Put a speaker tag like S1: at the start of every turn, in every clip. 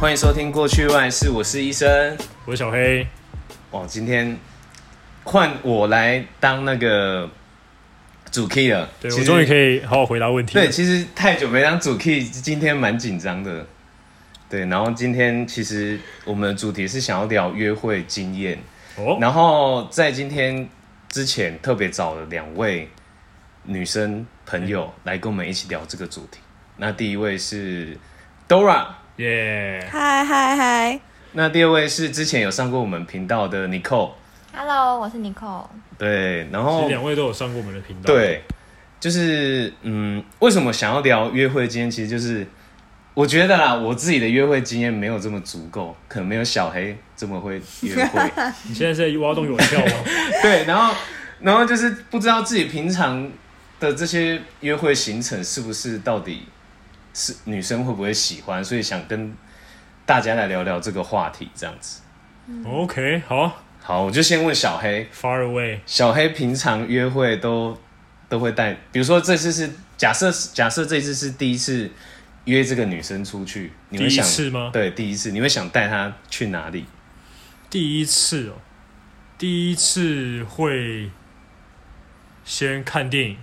S1: 欢迎收听《过去万事》，我是医生。
S2: 我是小黑，
S1: 哇，今天换我来当那个主 key 了。
S2: 对
S1: 其
S2: 我
S1: 实
S2: 终于可以好好回答问题了。
S1: 对，其实太久没当主 key，今天蛮紧张的。对，然后今天其实我们的主题是想要聊约会经验，
S2: 哦，
S1: 然后在今天之前特别找了两位女生朋友来跟我们一起聊这个主题。那第一位是 Dora，
S2: 耶，
S3: 嗨嗨嗨！
S1: 那第二位是之前有上过我们频道的 Nicole，
S4: Hello，我是 Nicole。
S1: 对，然
S2: 其实
S1: 后
S2: 两位都有上过我们的频道。
S1: 哦对，就是嗯，为什么想要聊约会经验？其实就是我觉得啦，我自己的约会经验没有这么足够，可能没有小黑这么会约会。
S2: 你现在是在挖洞有跳吗？
S1: 对，然后然后就是不知道自己平常的这些约会行程是不是到底是女生会不会喜欢，所以想跟大家来聊聊这个话题，这样子。
S2: OK，好
S1: 好，我就先问小黑，
S2: ，Far away，
S1: 小黑平常约会都都会带，比如说这次是假设假设这次是第一次约这个女生出去，你会
S2: 第一
S1: 想
S2: 次吗
S1: 对，第一次你会想带她去哪里？
S2: 第一次哦，第一次会先看电影。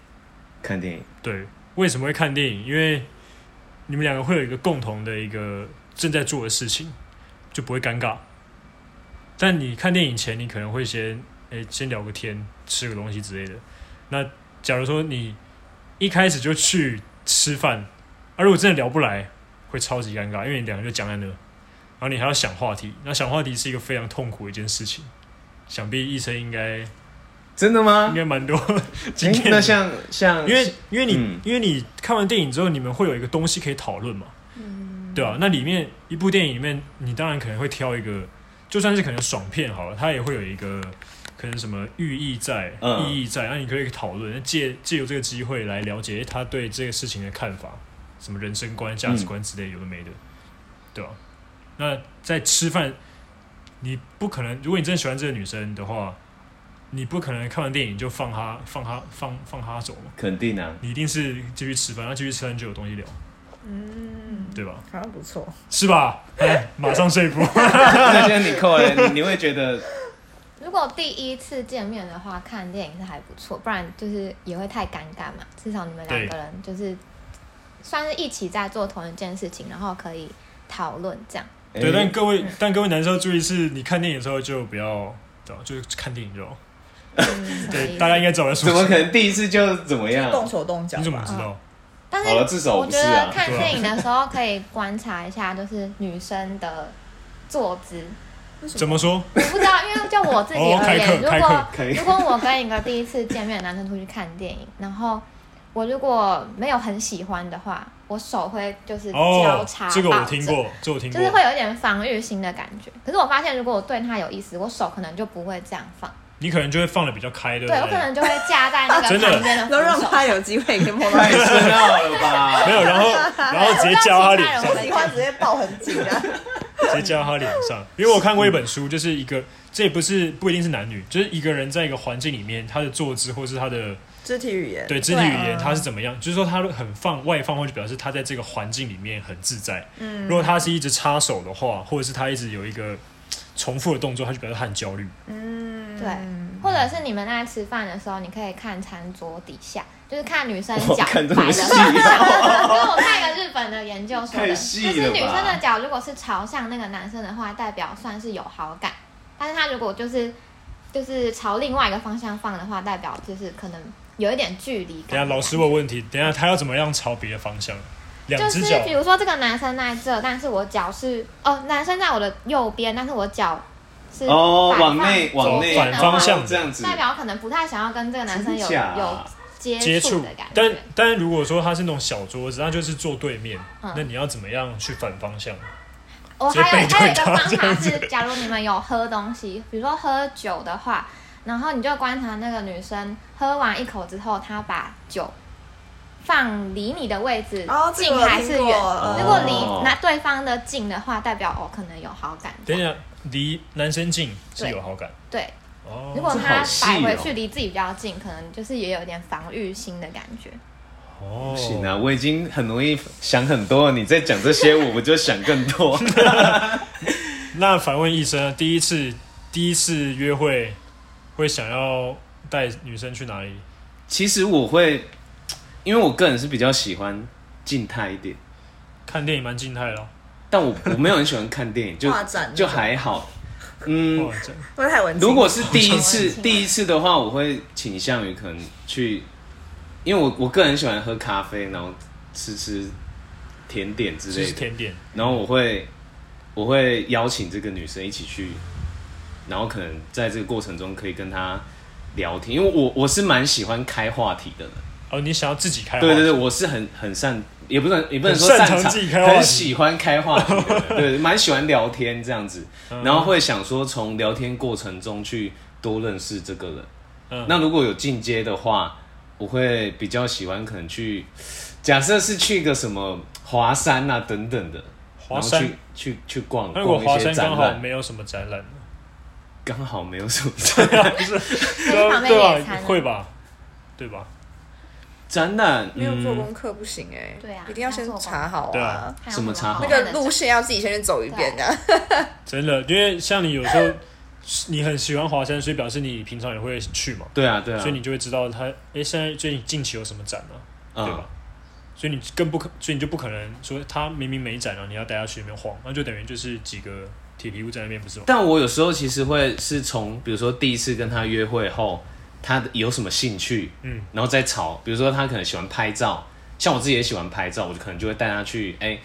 S1: 看电影？
S2: 对，为什么会看电影？因为你们两个会有一个共同的一个正在做的事情，就不会尴尬。但你看电影前，你可能会先诶、先聊个天，吃个东西之类的。那假如说你一开始就去吃饭，啊而、如果真的聊不来，会超级尴尬，因为你两个就僵在那，然后你还要想话题。那想话题是一个非常痛苦的一件事情，想必医生应该应
S1: 真的吗？
S2: 该蛮多经
S1: 诶
S2: 验的。
S1: 那像像
S2: 因为因为你、
S1: 嗯
S2: 因为你看完电影之后，你们会有一个东西可以讨论嘛，对啊，那里面一部电影里面，你当然可能会挑一个，就算是可能爽片好了，它也会有一个可能什么寓意在、
S1: 嗯
S2: 意义在，那你可以讨论，借借由这个机会来了解他对这个事情的看法，什么人生观、价值观之类有的没的，对吧、啊那在吃饭，你不可能，如果你真的喜欢这个女生的话。你不可能看完电影就放她放她放放她走嘛，
S1: 肯定啊，
S2: 你一定是继续吃饭，那继续吃饭就有东西聊，
S3: 嗯，
S2: 对吧？
S3: 好像不错。
S2: 是吧？哎，马上说服。
S1: 那像你扣嘞，你你会觉得
S4: 如果第一次见面的话，看电影是还不错，不然就是也会太尴尬嘛。至少你们两个人就是算是一起在做同一件事情，然后可以讨论这样。
S2: 对，
S1: 诶
S2: 但各位但各位男生要注意是，你看电影的时候就不要，对吧就是看电影就好。
S4: 嗯
S2: 对，大家应该知道我在说
S1: 怎么
S2: 什
S1: 可能第一次就怎么样？
S3: 动手 动脚
S2: 你
S3: 吧。
S2: 怎么知
S4: 啊
S2: 道？
S4: 但
S1: 好了
S4: 是
S1: 至少我
S4: 我
S1: 不
S4: 觉
S1: 是啊
S4: 得看电影的时候可以观察一下，就是女生的坐姿。
S3: 为什
S2: 怎么 说？
S4: 我不知道，因为就我自己
S2: 哦
S4: 而
S2: 开课
S4: 言，
S2: 开
S4: 如
S2: 课
S4: 果
S1: 开课
S4: 如果我跟一个第一次见面的男生出去看电影，然后我如果没有很喜欢的话，我手会就是交
S2: 哦
S4: 叉、，
S2: 这个我听，过，这个我听
S4: 就是
S2: 过。
S4: 会有一点防御心的感觉。可是我发现，如果我对他有意思，我手可能就不会这样放，
S2: 你可能就会放的比较开，对不
S4: 对我可能就会架 在那个
S2: 真的
S4: 旁边的扶
S3: 都让
S4: 手
S3: 他有机会可以摸到
S1: 太。深奥了吧？
S2: 没 有，然后然后直接浇他脸上
S3: 我，喜欢直接抱很紧啊！
S2: 直接浇他脸上。因为我看过一本书，就是一个，这也不是不一定是男女，就是一个人在一个环境里面，他的坐姿或是他的
S3: 肢体语言，
S2: 对肢体语言
S4: 嗯
S2: 它是怎么样，就是说他很放外放，或就表示他在这个环境里面很自在。嗯，如果他是一直插手的话，或者是他一直有一个重复的动作，他就表示他很焦虑。
S4: 对，
S1: 嗯
S4: 或者是你们在吃饭的时候，你可以看餐桌底下，就是看女生
S1: 我
S4: 脚
S1: 看这
S4: 摆
S1: 么
S4: 的
S1: 细
S4: 方向。因为我看一个日本的研究说
S1: 太
S4: 的，就
S1: 细
S4: 是
S1: 了吧
S4: 女生的脚如果是朝向那个男生的话，代表算是有好感；但是她如果就是就是朝另外一个方向放的话，代表就是可能有一点距离
S2: 等一
S4: 感。
S2: 下老师问问题，等一下他要怎么样朝别的方向？两
S4: 就
S2: 只
S4: 是
S2: 脚
S4: 比如说这个男生在这，但是我脚是哦，男生在我的右边，但是我脚是
S1: 哦，
S4: 摆
S1: 往
S4: 放
S1: 内往内
S4: 左边
S2: 反
S4: 的
S2: 方
S4: 话
S2: 向
S1: 这样子，
S4: 代表可能不太想要跟这个男生有
S1: 真假
S4: 有接
S2: 接
S4: 触
S2: 触
S4: 的感，
S2: 但
S4: 觉。
S2: 但如果说他是那种小桌子，他就是坐对面，
S4: 嗯
S2: 那你要怎么样去反方向？
S4: 我
S2: 直接
S4: 还有
S2: 背
S4: 还有一
S2: 对
S4: 个
S2: 他
S4: 方
S2: 这样
S4: 法
S2: 子
S4: 是，假如你们有喝东西，比如说喝酒的话，然后你就观察那个女生喝完一口之后，她把酒放离你的位置
S3: 哦这个
S4: 近
S3: 我
S4: 还是
S3: 听过
S4: 远。
S3: 哦
S4: 如果离那对方的近的话，代表我可能有好感。
S2: 等一下离男生近是
S4: 对
S2: 有好感
S4: 对，
S2: 哦。
S4: 如果
S1: 这
S4: 他
S1: 好细
S4: 摆回
S1: 哦
S4: 去离自己比较近，可能就是也有点防御心的感觉。
S2: 哦，
S1: 不行啊，我已经很容易想很多了，你再讲这些，我我就想更多。
S2: 那反问医生，第一次第一次约会会想要带女生去哪里？
S1: 其实我会，因为我个人是比较喜欢静态一点，
S2: 看电影蛮静态的哦、
S1: 但 我我没有很喜欢看电影，就
S3: 画展那种
S1: 就还好。嗯，
S2: 哇，这样
S3: 会不会太文青。
S1: 如果是第一次
S3: 好像
S1: 第一次的话，我会倾向于可能去，因为我我个人喜欢喝咖啡，然后吃吃甜点之
S2: 这
S1: 类
S2: 是
S1: 的，
S2: 甜点，
S1: 然后我会我会邀请这个女生一起去，然后可能在这个过程中可以跟她聊天，因为我我是蛮喜欢开话题的人。
S2: 哦，你想要自己开？
S1: 对对对，，我是很很擅，也不能也不能说
S2: 很
S1: 擅
S2: 擅长
S1: 长，
S2: 自己开话题
S1: 很喜欢开话题的人，对，蛮喜欢聊天这样子，
S2: 嗯
S1: 然后会想说从聊天过程中去多认识这个人。
S2: 嗯
S1: 那如果有进阶的话，我会比较喜欢可能去，假设是去一个什么华山啊等等的，
S2: 华
S1: 然后
S2: 山
S1: 去。去去逛
S2: 那如果
S1: 逛
S2: 华
S1: 一些
S2: 山刚
S1: 展
S2: 好
S1: 览，
S2: 没有什么展览呢，
S1: 刚好没有什么
S2: 嗯啊
S4: 那旁
S1: 啊
S4: 边野餐
S2: 吧？会吧？对吧？
S1: 展览，
S3: 没有做
S1: 嗯，
S3: 功课不行哎，
S4: 对啊
S3: 一定要先查好
S2: 对
S3: 啊
S2: 啊，
S4: 还有
S1: 什么茶
S4: 好
S3: 那
S4: 看的
S3: 个路线要自己先去走一遍啊
S4: 啊
S3: 的。
S2: 真的，因为像你有时候你很喜欢华山，所以表示你平常也会去嘛，
S1: 对啊对啊，
S2: 所以你就会知道他，哎，现在最近近期有什么展啊，对
S1: 嗯
S2: 吧？所以你更不可，所以你就不可能说他明明没展啊，你要带他去那边晃，那就等于就是几个铁皮屋在那边，不是吗？
S1: 但我有时候其实会是从，比如说第一次跟他约会后，他的有什么兴趣，
S2: 嗯，
S1: 然后再吵。比如说他可能喜欢拍照，像我自己也喜欢拍照，我就可能就会带他去，哎、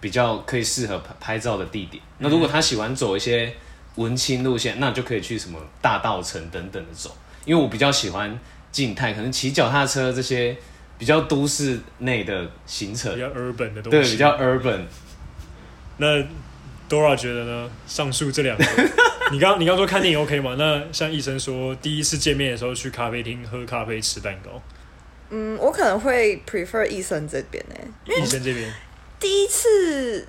S1: 比较可以适合拍拍照的地点。
S2: 嗯
S1: 那如果他喜欢走一些文青路线，那就可以去什么大道城等等的走，因为我比较喜欢静态，可能骑脚踏车这些比较都市内的行程
S2: 比，较 urban 的东
S1: 对，
S2: 西，
S1: 比较 urban。
S2: 那 Dora 觉得呢？上述这 两个，你刚你刚说看电影 OK 吗？那像医生说，第一次见面的时候去咖啡厅喝咖啡吃蛋糕，
S3: 嗯，我可能会 prefer 医生这边哎，
S2: 医生这边
S3: 第一次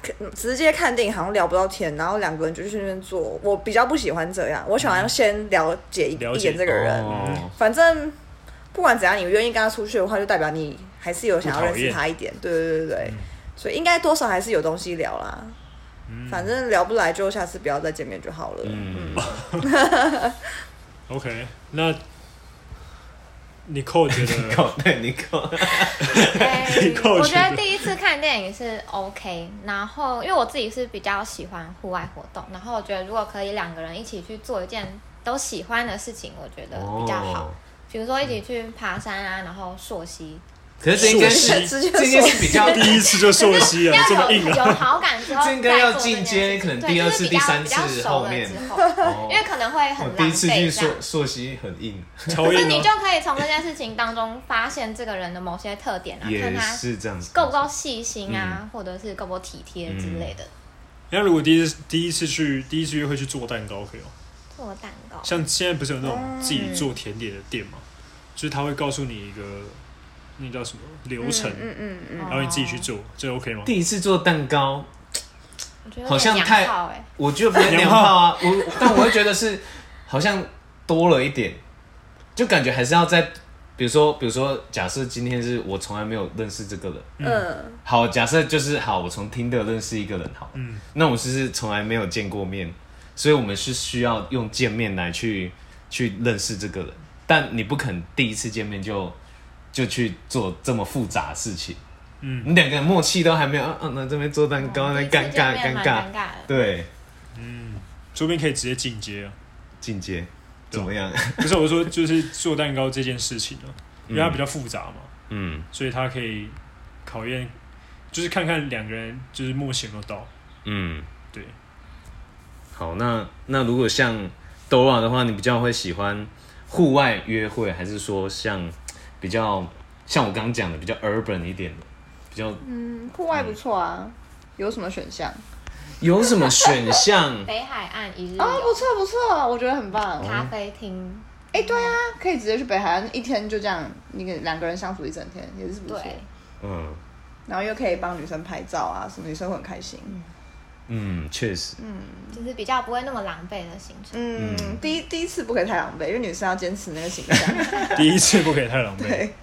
S3: 可直接看电影好像聊不到天，然后两个人就去那边坐。我比较不喜欢这样，我喜欢先了解一
S2: 了
S3: 一
S2: 解
S3: 眼这个人。
S1: 哦
S3: 反正不管怎样，你愿意跟他出去的话，就代表你还是有想要认识他一点。对对对对对，所以应该多少还是有东西聊啦。反正聊不来就下次不要再见面就好了。
S1: 嗯，
S2: OK。那你扣 觉得
S1: 够，对你够。
S4: 对
S2: 扣
S4: 我
S2: 取
S4: 觉得
S2: 的
S4: 第一次看电影是 OK，然后因为我自己是比较喜欢户外活动，然后我觉得如果可以两个人一起去做一件都喜欢的事情，我觉得比较好。
S1: 哦
S4: 比如说一起去爬山啊，然后 溯溪，
S1: 可是这应该
S2: 溯
S1: 是
S2: 溪
S3: 直接
S1: 这应该是比 较
S2: 第一次就受吸
S4: 要
S2: 了，这么
S4: 有
S2: 硬啊？
S4: 有好感之后
S1: 这
S4: 再
S1: 应
S4: 做
S1: 该要
S4: 这
S1: 进
S4: 件
S1: 阶
S4: 事
S1: 可能
S4: 对
S1: 第
S4: 就
S1: 二
S4: 是
S1: 次
S4: 比
S1: 第
S4: 较
S1: 三
S4: 比较
S1: 次
S4: 熟
S1: 后
S4: 了
S1: 面
S4: 之后
S1: 哦
S4: 因为可能会 很
S1: 我
S4: 狼
S1: 第一次去
S4: 狈这样
S1: 朔朔溪很硬，
S2: 超
S4: 那
S2: 硬
S4: 你
S2: 啊！
S4: 就可以从这件事情当中发现这个人的某些特点啊，看
S1: 也
S4: 他
S1: 是这样子。
S4: 够不够细心啊，或者是够不够体贴之类的。
S2: 那如果第一次第一次去第一次约会去做蛋糕可以吗？
S4: 做蛋糕，
S2: 像现在不是有那
S3: 哦
S2: 种自己做甜点的店吗？就是他会告诉你一个那叫什么流程，
S3: 嗯嗯嗯，
S2: 然后你自己去做，这 OK 吗？
S1: 第一次做蛋糕，
S4: 我觉得有点
S1: 好像太
S4: 娘炮欸
S1: 我觉得不是娘炮啊，我但我会觉得是好像多了一点，就感觉还是要在，比如说比如说，假设今天是我从来没有认识这个人，
S3: 嗯，
S1: 好，假设就是好，我从听的认识一个人，好，
S2: 嗯
S1: 那我就是从来没有见过面，所以我们是需要用见面来去去认识这个人，但你不肯第一次见面就就去做这么复杂的事情，
S2: 嗯，
S1: 你两个人默契都还没有，嗯、啊、嗯、那这边做蛋糕，那
S4: 第一次
S1: 尴尬
S4: 见面
S1: 尴
S4: 蛮
S1: 尬，
S2: 哦
S4: 尴尬的。？
S1: 对，
S2: 说不定可以直接进阶啊。
S1: 进阶怎么样？
S2: 不是我说，就是做蛋糕这件事情啊，因为它比较复杂嘛，
S1: 嗯
S2: 所以它可以考验，就是看看两个人就是默契有没有 到。
S1: 嗯，
S2: 对，
S1: 好，那那如果像 Dora 的话，你比较会喜欢户外约会，还是说像比较像我刚刚讲的比较 urban 一点的，比较
S3: 嗯，户外不错啊。有什么选项？
S1: 有什么选项
S4: 北海岸一日游、
S3: 啊，不错不错，我觉得很棒。
S4: 咖啡厅，
S3: 哎、对啊，可以直接去北海岸，一天就这样，你给两个人相处一整天也是不错。
S4: 对，
S1: 嗯
S3: 然后又可以帮女生拍照啊，什么女生会很开心。
S1: 嗯，确实，
S4: 就是比较不会那么狼狈的行程。
S3: 嗯，第一第一次不可以太狼狈，因为女生要坚持那个形象。
S2: 第一次不可以太狼狈。
S3: 对，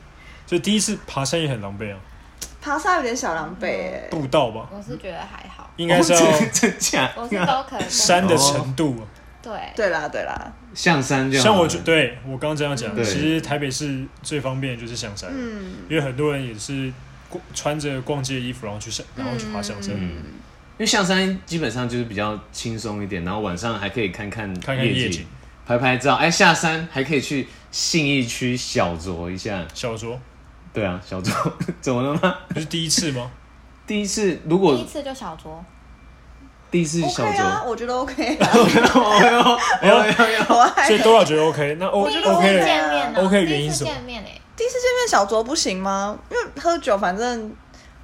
S2: 就第一次爬山也很狼狈啊，
S3: 爬山有点小狼狈哎、
S2: 步道吧，
S4: 我是觉得还好，
S2: 应该是要
S1: 哦真真假？
S4: 我是都可以。
S2: 山的程度啊。
S4: 对，
S3: 对啦对啦，
S1: 象山就好
S2: 像我
S1: 了
S2: 觉，对我刚刚这样讲，
S1: 对
S2: 其实台北市最方便的就是象山，
S3: 嗯，
S2: 因为很多人也是逛穿着逛街的衣服，然后去上，然后去爬象山，
S1: 嗯，因为象山基本上就是比较轻松一点，然后晚上还可以看看
S2: 看看夜景，
S1: 拍拍照，哎，下山还可以去信义区小酌一下。
S2: 小酌
S1: 对啊，小酌 怎么了吗？
S2: 不是第一次 吗？
S1: 第一次如
S4: 第一
S1: 果
S4: 次就小酌，
S1: 第一次小
S3: OK 啊，
S1: 酌，
S3: 我觉 得 OK 啊，
S2: 哎
S1: 哦
S2: 呦，
S3: 我还
S2: 所以多少觉得 OK，那 O
S4: 第一次
S2: OK 了，
S4: 见面呢
S2: OK 的
S4: 第
S2: 原因
S4: 一
S2: 是什
S4: 次
S2: 么
S4: 见面哎，
S3: 第一次见面小酌不行吗？因为喝酒反正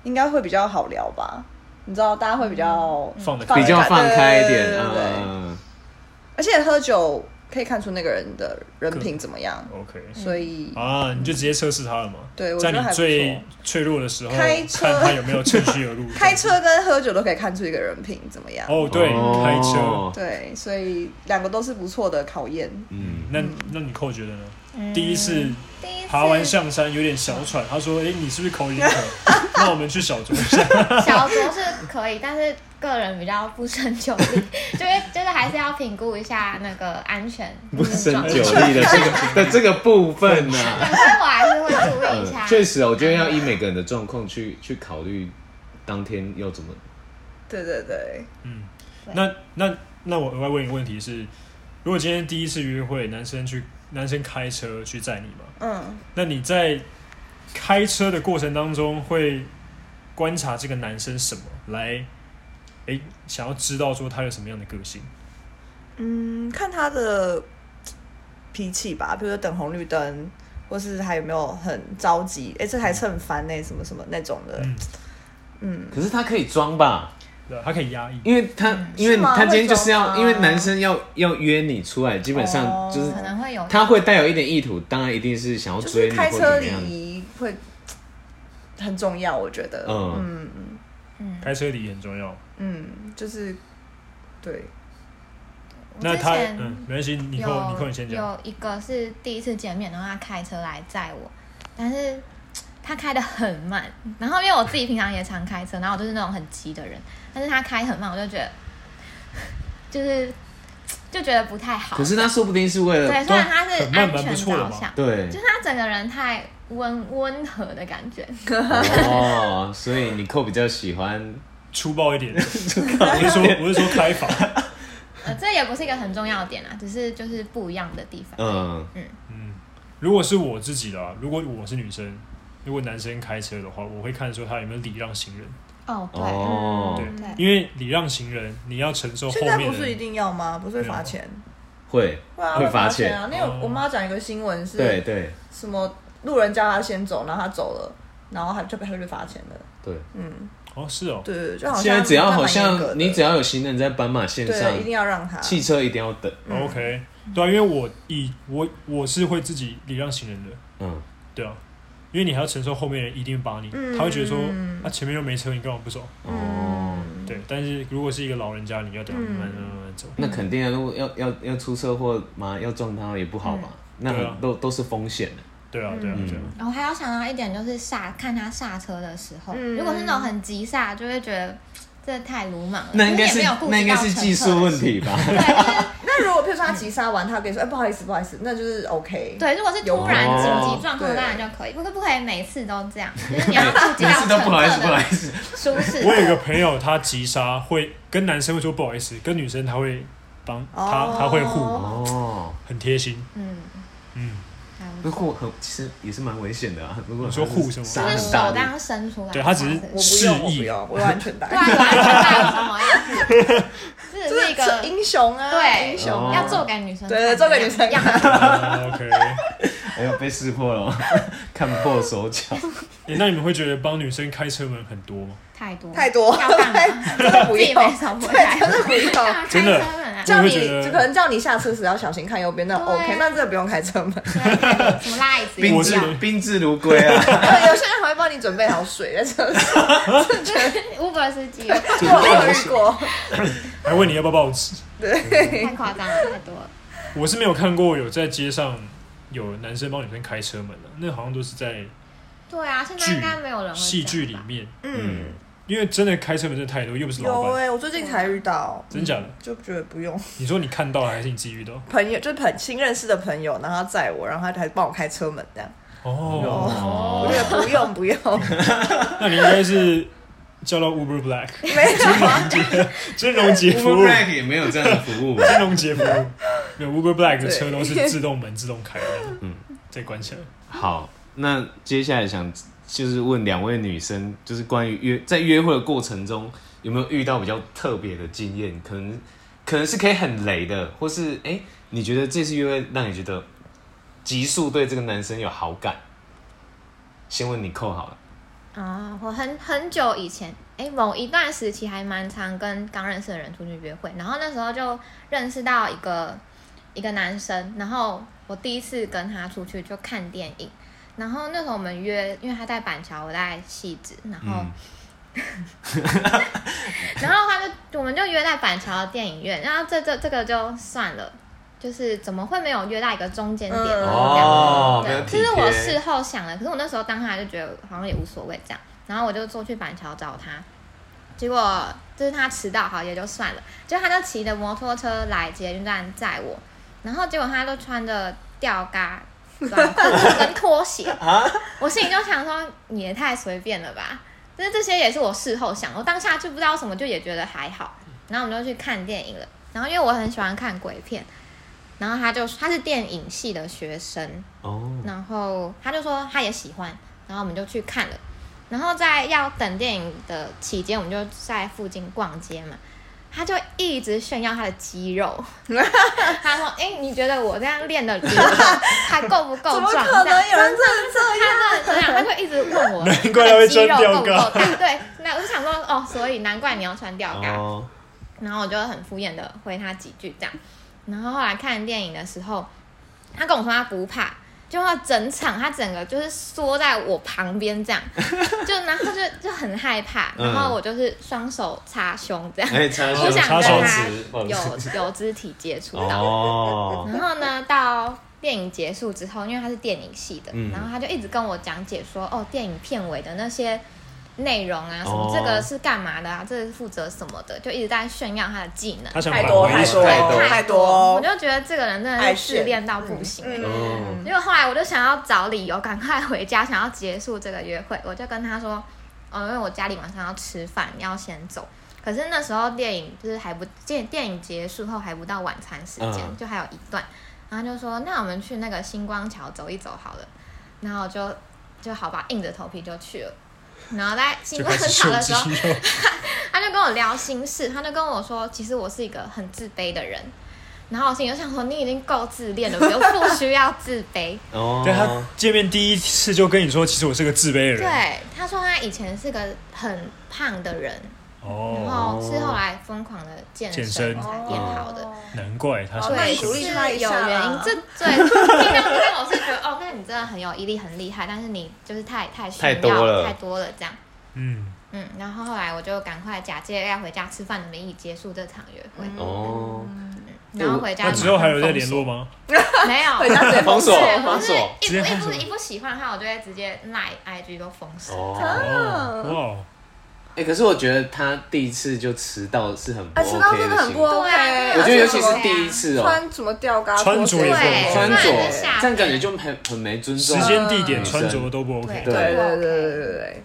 S3: 应该会比较好聊吧，你知道大家会比较
S2: 嗯放得开
S1: 比较放开一点，
S3: 对对对对对
S1: 嗯，
S3: 而且喝酒可以看出那个人的人
S2: 个
S3: 品怎么样，
S2: OK
S3: 所以
S2: 啊，你就直接测试他了嘛？
S3: 对我
S2: 在
S3: 觉得还
S2: 你
S3: 不
S2: 最
S3: 错
S2: 脆弱的时候，
S3: 开车
S2: 看他有没有趁虚而入。
S3: 开车跟喝酒都可以看出一个人品怎么样。
S2: 哦，对，
S1: 哦
S2: 开车。
S3: 对，所以两个都是不错的考验。
S1: 嗯，
S2: 那那你扣觉得呢？
S3: 嗯
S2: 第一次
S4: 第一次
S2: 爬完象山有点小喘，他说：“哎，你是不是口有点渴？ 那我们去小酌一下。
S4: 小酌是可以，但是个人比较不胜酒力， 就是就是还是要评估一下那个安全
S1: 不胜
S4: 状
S1: 酒
S4: 况
S1: 力 的这个的这个部分呢、
S4: 对，所以我还是会注意一下
S1: 嗯，。确实，我觉得要依每个人的状况去去考虑当天要怎么。
S3: 对对对，”
S2: 那那那我额外问一个问题是：如果今天第一次约会，男生去男生开车去载你嘛？
S3: 嗯，
S2: 那你在开车的过程当中会观察这个男生什么来？诶，想要知道说他有什么样的个性？
S3: 嗯，看他的脾气吧，比如说等红绿灯，或是还有没有很着急，哎、这台蹭翻那什么什么那种的，
S2: 嗯
S4: 嗯
S1: 可是他可以装吧，
S2: 对吧，他可以压抑。
S1: 因为他、因为
S3: 嗯是吗
S1: 他今天就是
S3: 会装
S1: 要，
S3: 吗
S1: 因为男生要要约你出来，基本上
S3: 哦
S1: 就是
S4: 可能会有
S1: 他会带有一点意图，当然一定是想要
S3: 就
S1: 追
S3: 是
S1: 你
S3: 开
S1: 或怎
S3: 车
S1: 么样。
S3: 礼仪会很重要，我觉得，
S1: 嗯，
S3: 嗯
S2: 开车礼仪很重要。
S3: 嗯，就是对，
S4: 我
S2: 那
S4: 之
S2: 他
S4: 前
S2: 嗯，没关系，你扣你扣你先
S4: 有
S2: 讲。
S4: 有一个是第一次见面，然后他开车来载我，但是他开的很慢。然后因为我自己平常也常开车，然后我就是那种很急的人，但是他开很慢，我就觉得 就是就觉得不太好。
S1: 可是他说不定是为了
S4: 对，虽然他是
S2: 呃很慢
S4: 安
S2: 蛮不
S4: 全
S2: 错的嘛
S4: 着想，
S1: 对
S4: 就是他整个人太温温和的感 觉。
S1: 哦，所以你扣比较喜欢
S2: 粗暴一 点，我是说我是说开法。
S4: 呃，这也不是一个很重要的点啊，只是就是不一样的地方。
S1: 嗯
S2: 如果是我自己的啊，如果我是女生，如果男生开车的话，我会看说他有没有礼让行人。
S4: 哦，对，
S1: 哦
S2: 对
S4: 嗯，对，
S2: 因为礼让行人，你要承受后
S3: 现在
S2: 面
S3: 不
S2: 的
S3: 是一
S2: 人。
S3: 定要吗？不是会罚
S2: 没有
S3: 钱？
S1: 会
S3: 会啊，
S1: 啊会罚
S3: 罚
S1: 钱，哦
S3: 啊！那个我妈讲一个新闻是，
S1: 对对
S3: 什么路人叫他先走，然后他走了，然后他就被他就被罚钱了。
S1: 对。
S3: 嗯，
S2: 哦，是哦，
S3: 对对对，就好像
S1: 现在只要
S3: 还蛮
S1: 好
S3: 严格的
S1: 像你只要有行人在斑马线上
S3: 对，一定要让他
S1: 汽车一定要等。
S2: OK，对啊，因
S3: 嗯
S2: 为我以我我是会自己礼让行人的，
S1: 嗯，
S2: 对啊，因为你还要承受后面人一定会把你，
S3: 嗯
S2: 他会觉得说，啊前面又没车，你干嘛不走？
S1: 哦，
S2: 对，但是如果是一个老人家，你要等他
S3: 嗯
S2: 慢慢慢慢慢走，
S1: 那肯定啊，如果要要要出车祸嘛，要撞他也不好吧？那
S2: 对啊
S1: 很都都是风险的。
S2: 对啊，对啊，对啊，
S4: 然后还要想到一点，就是刹看他刹车的时候，
S3: 嗯
S4: 如果是那种很急刹，就会觉得这太鲁莽了。
S1: 那应该
S4: 就是也没有顾及
S1: 那应该
S4: 到
S1: 是
S4: 乘
S1: 技
S4: 客
S1: 术
S4: 的
S1: 问
S4: 事。
S1: 题吧？
S3: 那如果譬如说他急刹完，他跟你说，哎，不好意思，不好意思，那就是 OK。，
S4: 对，如果是突然紧
S1: 啊
S4: 急状况，
S3: 哦
S4: 当然就可以，不可不可以每次都这样，就是你要啊顾及
S1: 每
S4: 到
S1: 次
S4: 乘
S1: 都不好意思，不
S4: 客
S1: 好意
S4: 的
S1: 思。
S4: 舒适
S2: 我有一
S4: 度。
S2: 个朋友，他急刹会跟男生会说不好意思，跟女生他会帮他
S3: 哦
S2: 他会护，
S1: 哦，
S2: 很贴 心。
S4: 嗯
S2: 嗯，
S4: 嗯，
S1: 那护很其实也是蛮危险的啊。如果
S2: 你说护什么
S1: 杀
S4: 就是啊
S1: 很
S4: 手
S1: 大
S4: 这
S1: 力，
S4: 样伸出来，
S2: 对他只是
S4: 这样
S3: 我
S2: 示意
S3: 不用，我
S4: 子
S3: 不用，我有安全带
S4: 对。啊，有安全带有什么呀？
S3: 就
S4: 这只是一个
S3: 这英雄啊，
S4: 对
S3: 英雄
S1: 哦
S4: 要做给女生看的样
S3: 对对
S4: 子，
S3: 做给女生看
S4: 样子
S2: 啊 OK，
S1: 哎呦，被识破了， 看破手 脚。
S2: 诶那你们会觉得帮女生开车门很多吗？
S4: 太多
S3: 太多，
S4: 要干 嘛？
S3: 太真的不
S4: 自己
S3: 用
S4: 没手，不会
S3: 对，真的不用。
S4: 开
S2: 真的
S4: 车门啊，
S3: 叫
S2: 我会
S3: 你
S2: 觉得
S3: 就可能叫你下车时要小心看右边，那
S4: 对
S3: OK，那真的不用开 车门。
S4: 什么拉椅子也
S1: 宾
S2: 我
S4: 不
S2: 是
S1: 至
S4: 要，
S1: 宾至如归啊！
S3: 对有些人还会帮你准备好水 在车上，
S4: 就是 Uber 司机
S3: 我有遇 过。
S2: 还问你要不要报纸？
S4: 太夸张了，太多了。
S2: 我是没有看过有在街上有男生帮女生开车门的、那好像都是在
S4: 对啊，现在应该没有人会
S2: 戏剧
S4: 这
S2: 里
S4: 样吧
S2: 面，
S3: 嗯，
S2: 因为真的开车门真的太多，又不是老
S3: 有
S2: 板，
S3: 哎、我最近才遇到，
S2: 真假的？
S3: 就觉得不用
S2: 你说你看到了还是你自己遇到？
S3: 朋友，就是朋新认识的朋友，然后他载我，然后他还帮我开车门这样，
S2: 哦，
S3: 我觉
S1: 哦，
S3: 得不用不用，
S2: 那你应该是叫到 Uber Black
S3: 没有啊，
S2: 真 容姐服
S1: Uber
S2: 务，
S1: Black 也没有这样的服务吧？
S2: 真容姐服务，没有 Uber Black 的
S3: 对
S2: 车都是自动门自动开的，嗯，再关起来。
S1: 好，那接下来想就是问两位女生，就是关于约在约会的过程中有没有遇到比较特别的经验？可能可能是可以很雷的，或是哎、诶你觉得这次约会让你觉得急速对这个男生有好感？先问你扣好了，
S4: 啊、我很很久以前，哎，某一段时期还蛮常跟刚认识的人出去约会，然后那时候就认识到一个一个男生，然后我第一次跟他出去就看电影，然后那时候我们约，因为他在板桥，我在汐止，然后、
S1: 嗯
S4: 然后他就我们就约在板桥的电影院，然后这这这个就算了。就是怎么会没有约到一个中间点？
S3: 嗯
S4: 这样
S1: 哦没有
S4: 对，
S1: 体
S4: 这是我
S1: 贴
S4: 事后想的，可是我那时候当下就觉得好像也无所谓这样，然后我就坐去板桥找他，结果就是他迟到，好也就算了，就他就骑着摩托车来捷运站载我，然后结果他都穿着吊嘎短裤跟拖鞋，
S1: 啊
S4: 我心里就想说你也太随便了吧，但是这些也是我事后想，我当下就不知道什么，就也觉得还好，然后我们就去看电影了，然后因为我很喜欢看鬼片。然后他就他是电影系的学生，
S1: 哦，
S2: 嗯
S4: 然后他就说他也喜欢，然后我们就去看了。然后在要等电影的期间，我们就在附近逛街嘛。他就一直炫耀他的肌肉， 他说：“哎、你觉得我这样练的肌肉还够不够
S3: 怎么
S4: 壮？”
S3: 可
S4: 这样
S3: 能有人这这样？
S4: 他真的这样，他就一直问 我，
S2: 难怪他会穿
S4: 肌肉
S2: 吊
S4: 够不够
S2: 嘎
S4: 大？对，那我就想说，哦，所以难怪你要穿吊嘎。
S1: 哦，
S4: 然后我就很敷衍的回他几句这样。然后后来看电影的时候，他跟我说他不怕，就他整场他整个就是缩在我旁 边这样，就然后就就很害怕，
S1: 嗯
S4: 然后我就是双手插胸这样，
S1: 哎，插手
S4: 不想
S2: 插
S4: 跟
S2: 手
S4: 他
S1: 指不好意思
S4: 有有肢体接触到。
S1: 哦，
S4: 然后呢，到电影结束之后，因为他是电影系的，
S1: 嗯
S4: 然后他就一直跟我讲解说，哦，电影片尾的那些内容啊，什么、
S1: 哦
S4: 这个是干嘛的啊，这是负责什么的，就一直在炫耀他的技能。
S2: 他想
S3: 太
S2: 挽
S3: 多
S2: 回一
S3: 太
S2: 下
S3: 多，
S1: 多
S3: 太多，
S4: 我就觉得这个人真的
S3: 爱
S4: 是自
S3: 炫
S4: 恋到不行。欸
S3: 嗯
S1: 哦
S4: 结果后来我就想要找理由赶快回家，想要结束这个约会，我就跟他说，哦，因为我家里晚上要吃饭，要先走。可是那时候电影就是还不电电影结束后还不到晚餐时间，
S1: 嗯
S4: 就还有一段，然后就说那我们去那个星光桥走一走好了，然后我就就好吧，硬着头皮就去了。然后在星
S2: 就
S4: 光
S2: 开始
S4: 桥
S2: 秀
S4: 的时
S2: 肌
S4: 候，
S2: 肉，
S4: 他就跟我聊心事，他就跟我说，其实我是一个很自卑的人。然后我心里就想说，你已经够自恋了，不用不需要自卑。
S1: 哦，
S2: 对他见面第一次就跟你说，其实我是个自卑的人，
S4: 对，他说他以前是个很胖的人，然
S2: 哦，
S4: 后是后来疯狂的健
S2: 健
S4: 身
S2: 身
S4: 才变好的。
S2: 难怪他
S3: 哦
S2: 是
S3: 那
S4: 对，
S3: 你
S4: 是
S3: 鼓励他一下
S4: 有
S3: 啦
S4: 原因。这 对，听到这边我是觉得，哦，那你真的很有毅力，很厉害，但是你就是太太炫
S1: 太
S4: 耀
S1: 多了
S4: 太多了这样。
S2: 嗯，
S4: 嗯，然后后来我就赶快假借要回家吃饭的名义结束这场约会，
S3: 嗯
S1: 哦，
S4: 然后回家
S2: 那之后还有在
S4: 马上封
S2: 联
S4: 锁
S2: 络吗？
S4: 没 有，
S3: 回家直接
S1: 封锁
S4: 对，
S1: 封锁
S4: 我
S2: 直
S4: 是
S2: 接
S4: 一
S2: 封
S4: 不
S2: 锁
S4: 一不一不喜欢的话，我就会直接赖 IG 都封锁。
S1: 哦，
S4: 嗯
S2: 哦，哇，
S1: 哎，可是我觉得他第一次就迟到是很不
S3: 哎，迟到
S1: OK
S3: 真的
S1: 的行
S3: 很不
S1: 为，
S4: 对啊
S1: 我
S3: OK，
S1: 觉得尤
S4: 而
S1: 其是
S4: 且什么
S1: 第一次哦，
S3: 穿什么吊嘎
S2: 穿着
S3: 拖
S2: 也
S3: 鞋
S2: 不
S4: 对 OK
S1: 穿着
S4: 不然就吓，
S1: 这样感觉就很很没尊重
S2: 时。间、地点、
S1: 嗯
S2: 穿着都不 OK，
S1: 对
S3: 对对对
S4: OK
S3: 对对对，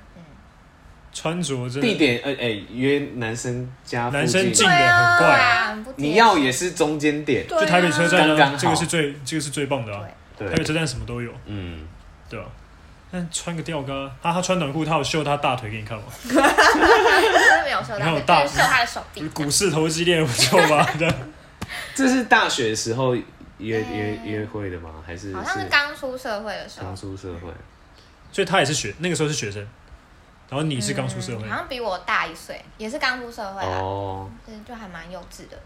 S2: 穿着真
S1: 地
S2: 的
S1: 点，呃，哎、约男生家附
S2: 男生
S1: 近
S2: 进，的很
S4: 对
S2: 怪，
S4: 啊，不贴
S1: 你要也是中间点，
S3: 对啊
S2: 就台北车站
S1: 刚刚
S2: 呢，
S1: 好
S2: 这个是最这个是最棒的啊，
S1: 对
S2: 台，北车站什么都有，
S1: 嗯，
S2: 对啊。但穿个吊嘎，他他穿短裤，他有秀他大腿给你 看吗？
S4: 真的没有收
S2: 你看
S4: 到，
S2: 我
S4: 就
S2: 大
S4: 是秀他的手臂。
S2: 股市投机练不错 吧？这样
S1: 这是大学时候约约
S4: 哎
S1: 约会的吗？还是
S4: 好像是刚出社会的时候
S1: 刚，出社会？
S2: 所以他也是学那个时候是学生，然后你是刚出社会
S4: 嗯，好像比我大一岁，也是刚出社会啊，
S1: 哦，
S4: 对，就还蛮幼稚的。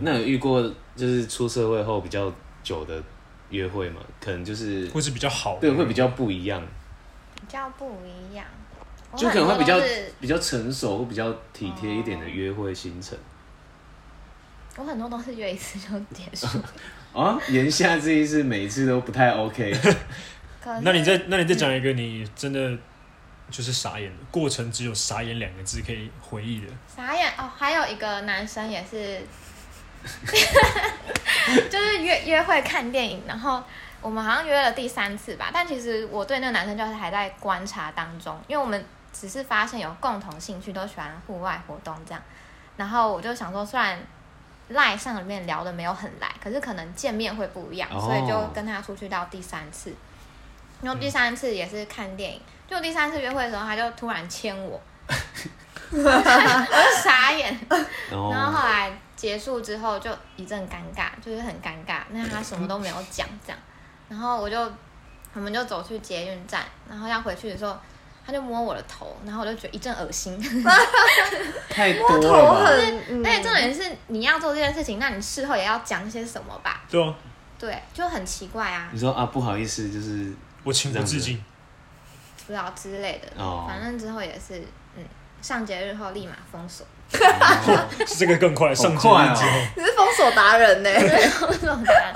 S1: 那有遇过就是出社会后比较久的约会吗？可能就是
S2: 或是比较好的，
S1: 对会比较不一样，
S4: 比较不一样，我
S1: 就可能会比较
S4: 很多都是
S1: 比较成熟或比较体贴一点的约会行程
S4: 我很多都是 约一次就结束，
S1: 啊。言下之意是每一次都不太 OK，
S4: 可是
S2: 那你再那你再讲一个你真的就是傻眼的过程，只有傻眼两个字可以回忆的。
S4: 傻眼哦，还有一个男生也是， 就是约约会看电影，然后我们好像约了第三次吧，但其实我对那个男生就是还在观察当中，因为我们只是发现有共同兴趣，都喜欢户外活动这样，然后我就想说，虽然。赖上面聊的没有很来，可是可能见面会不一样，
S1: 哦
S4: 所以就跟他出去到第三次，然后第三次也是看电影，就第三次约会的时候，他就突然牵我， 我就傻眼，
S1: 然
S4: 然后后来结束之后就一阵尴尬，就是很尴尬，那他什么都没有讲这样，然后我就我们就走去捷运站，然后要回去的时候，他就摸我的头，然后我就觉得一阵恶心。
S1: 太多
S3: 摸
S1: 了
S3: 头
S1: 吧？
S3: 很，嗯
S4: 而且重点是你要做这件事情，那你事后也要讲些什么吧？
S2: 对啊，
S4: 对，就很奇怪啊，
S1: 你说啊，不好意思，就是
S2: 我情不自禁。
S4: 不知道之类的。
S1: 哦
S4: 反正之后也是，嗯，上节日后立马封锁，
S2: 是这个更快，上节
S1: 快
S2: 目
S1: 哦
S2: 之后
S3: 你是封锁达人呢、
S4: 封锁他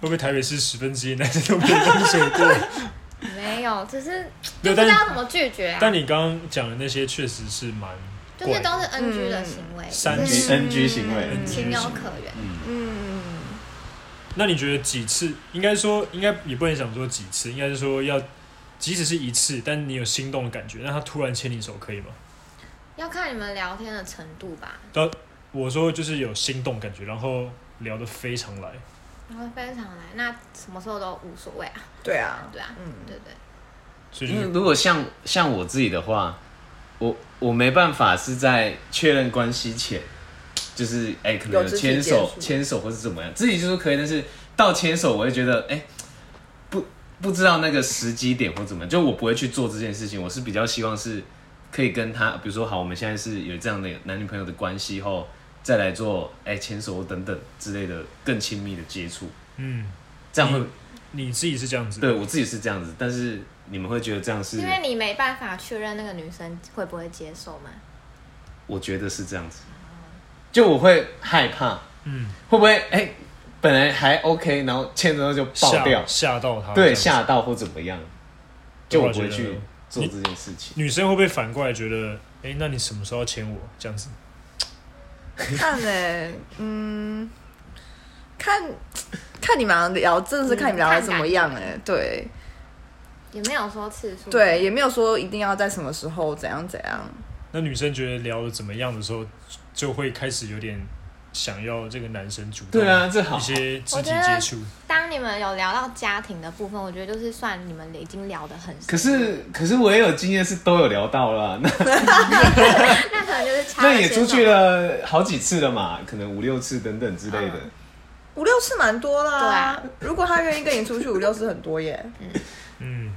S2: 会不会台北市十分之一男生都没有分手 过？
S4: 没有，只是
S2: 对
S4: 就不知
S2: 但
S4: 道怎么拒绝啊。
S2: 但你刚刚讲的那些确实是蛮
S4: 就是都是
S3: 嗯
S4: NG 的行为，
S2: 三
S4: 就
S1: NG
S4: 是
S1: NG 行为，
S2: NG
S4: 情有可原。
S3: 嗯，
S2: 那你觉得几次？应该说，应该也不能想说几次，应该是说要，即使是一次，但你有心动的感觉，那他突然牵你手可以吗？
S4: 要看你们聊天的程度吧，
S2: 我说就是有心动感觉，然后聊得非常来，
S4: 然后非常来，那什么时候都无所谓啊，
S3: 对啊，
S4: 对啊，
S3: 嗯
S4: 对不对？
S2: 所以
S1: 因
S2: 就
S1: 为
S2: 是
S1: 如果像像我自己的话，我我没办法是在确认关系前，就是哎、可能
S3: 有
S1: 有
S3: 肢体
S1: 牵手
S3: 接触
S1: 牵手或是怎么样，自己就说可以，但是到牵手我会觉得哎、不不知道那个时机点或怎么样，就我不会去做这件事情，我是比较希望是可以跟他，比如说好，我们现在是有这样的男女朋友的关系后，再来做哎牵、手等等之类的更亲密的接触，
S2: 嗯，
S1: 这样会、
S2: 你自己是这样子，
S1: 对我自己是这样子，但是你们会觉得这样是
S4: 因，为你没办法确认那个女生会不会接受嘛。
S1: 我觉得是这样子，就我会害怕，
S2: 嗯，
S1: 会不会哎、本来还 OK，然后牵着就爆掉
S2: 吓，吓到他，这
S1: 对，
S2: 样子
S1: 吓到或怎么样，就我不
S2: 我
S1: 会
S2: 觉得
S1: 去做这件事情。
S2: 女生会不会反过来觉得，哎、那你什么时候要牵我？这样子，
S3: 看呢、嗯，看看你们聊，真的是看你们聊的怎么样哎、对
S4: 也没有说次数，
S3: 对，也没有说一定要在什么时候怎样怎样，
S2: 那女生觉得聊得怎么样的时候，就会开始有点想要这个男生主动，
S1: 对啊，，这好
S2: 嗯一，些肢
S4: 我
S2: 体
S4: 觉得
S2: 接触，
S4: 当你们有聊到家庭的部分，我觉得就是算你们已经聊得很深。
S1: 可是可是我也有经验是都有聊到 了，那
S4: 那可能就是差
S1: 那也出去
S4: 了
S1: 了好几次了嘛，可能五六次等等之类的。
S2: 嗯
S3: 五六次蛮多啦。
S4: 对啊，
S3: 如果他愿意跟你出去，五六次很多耶。
S2: 嗯。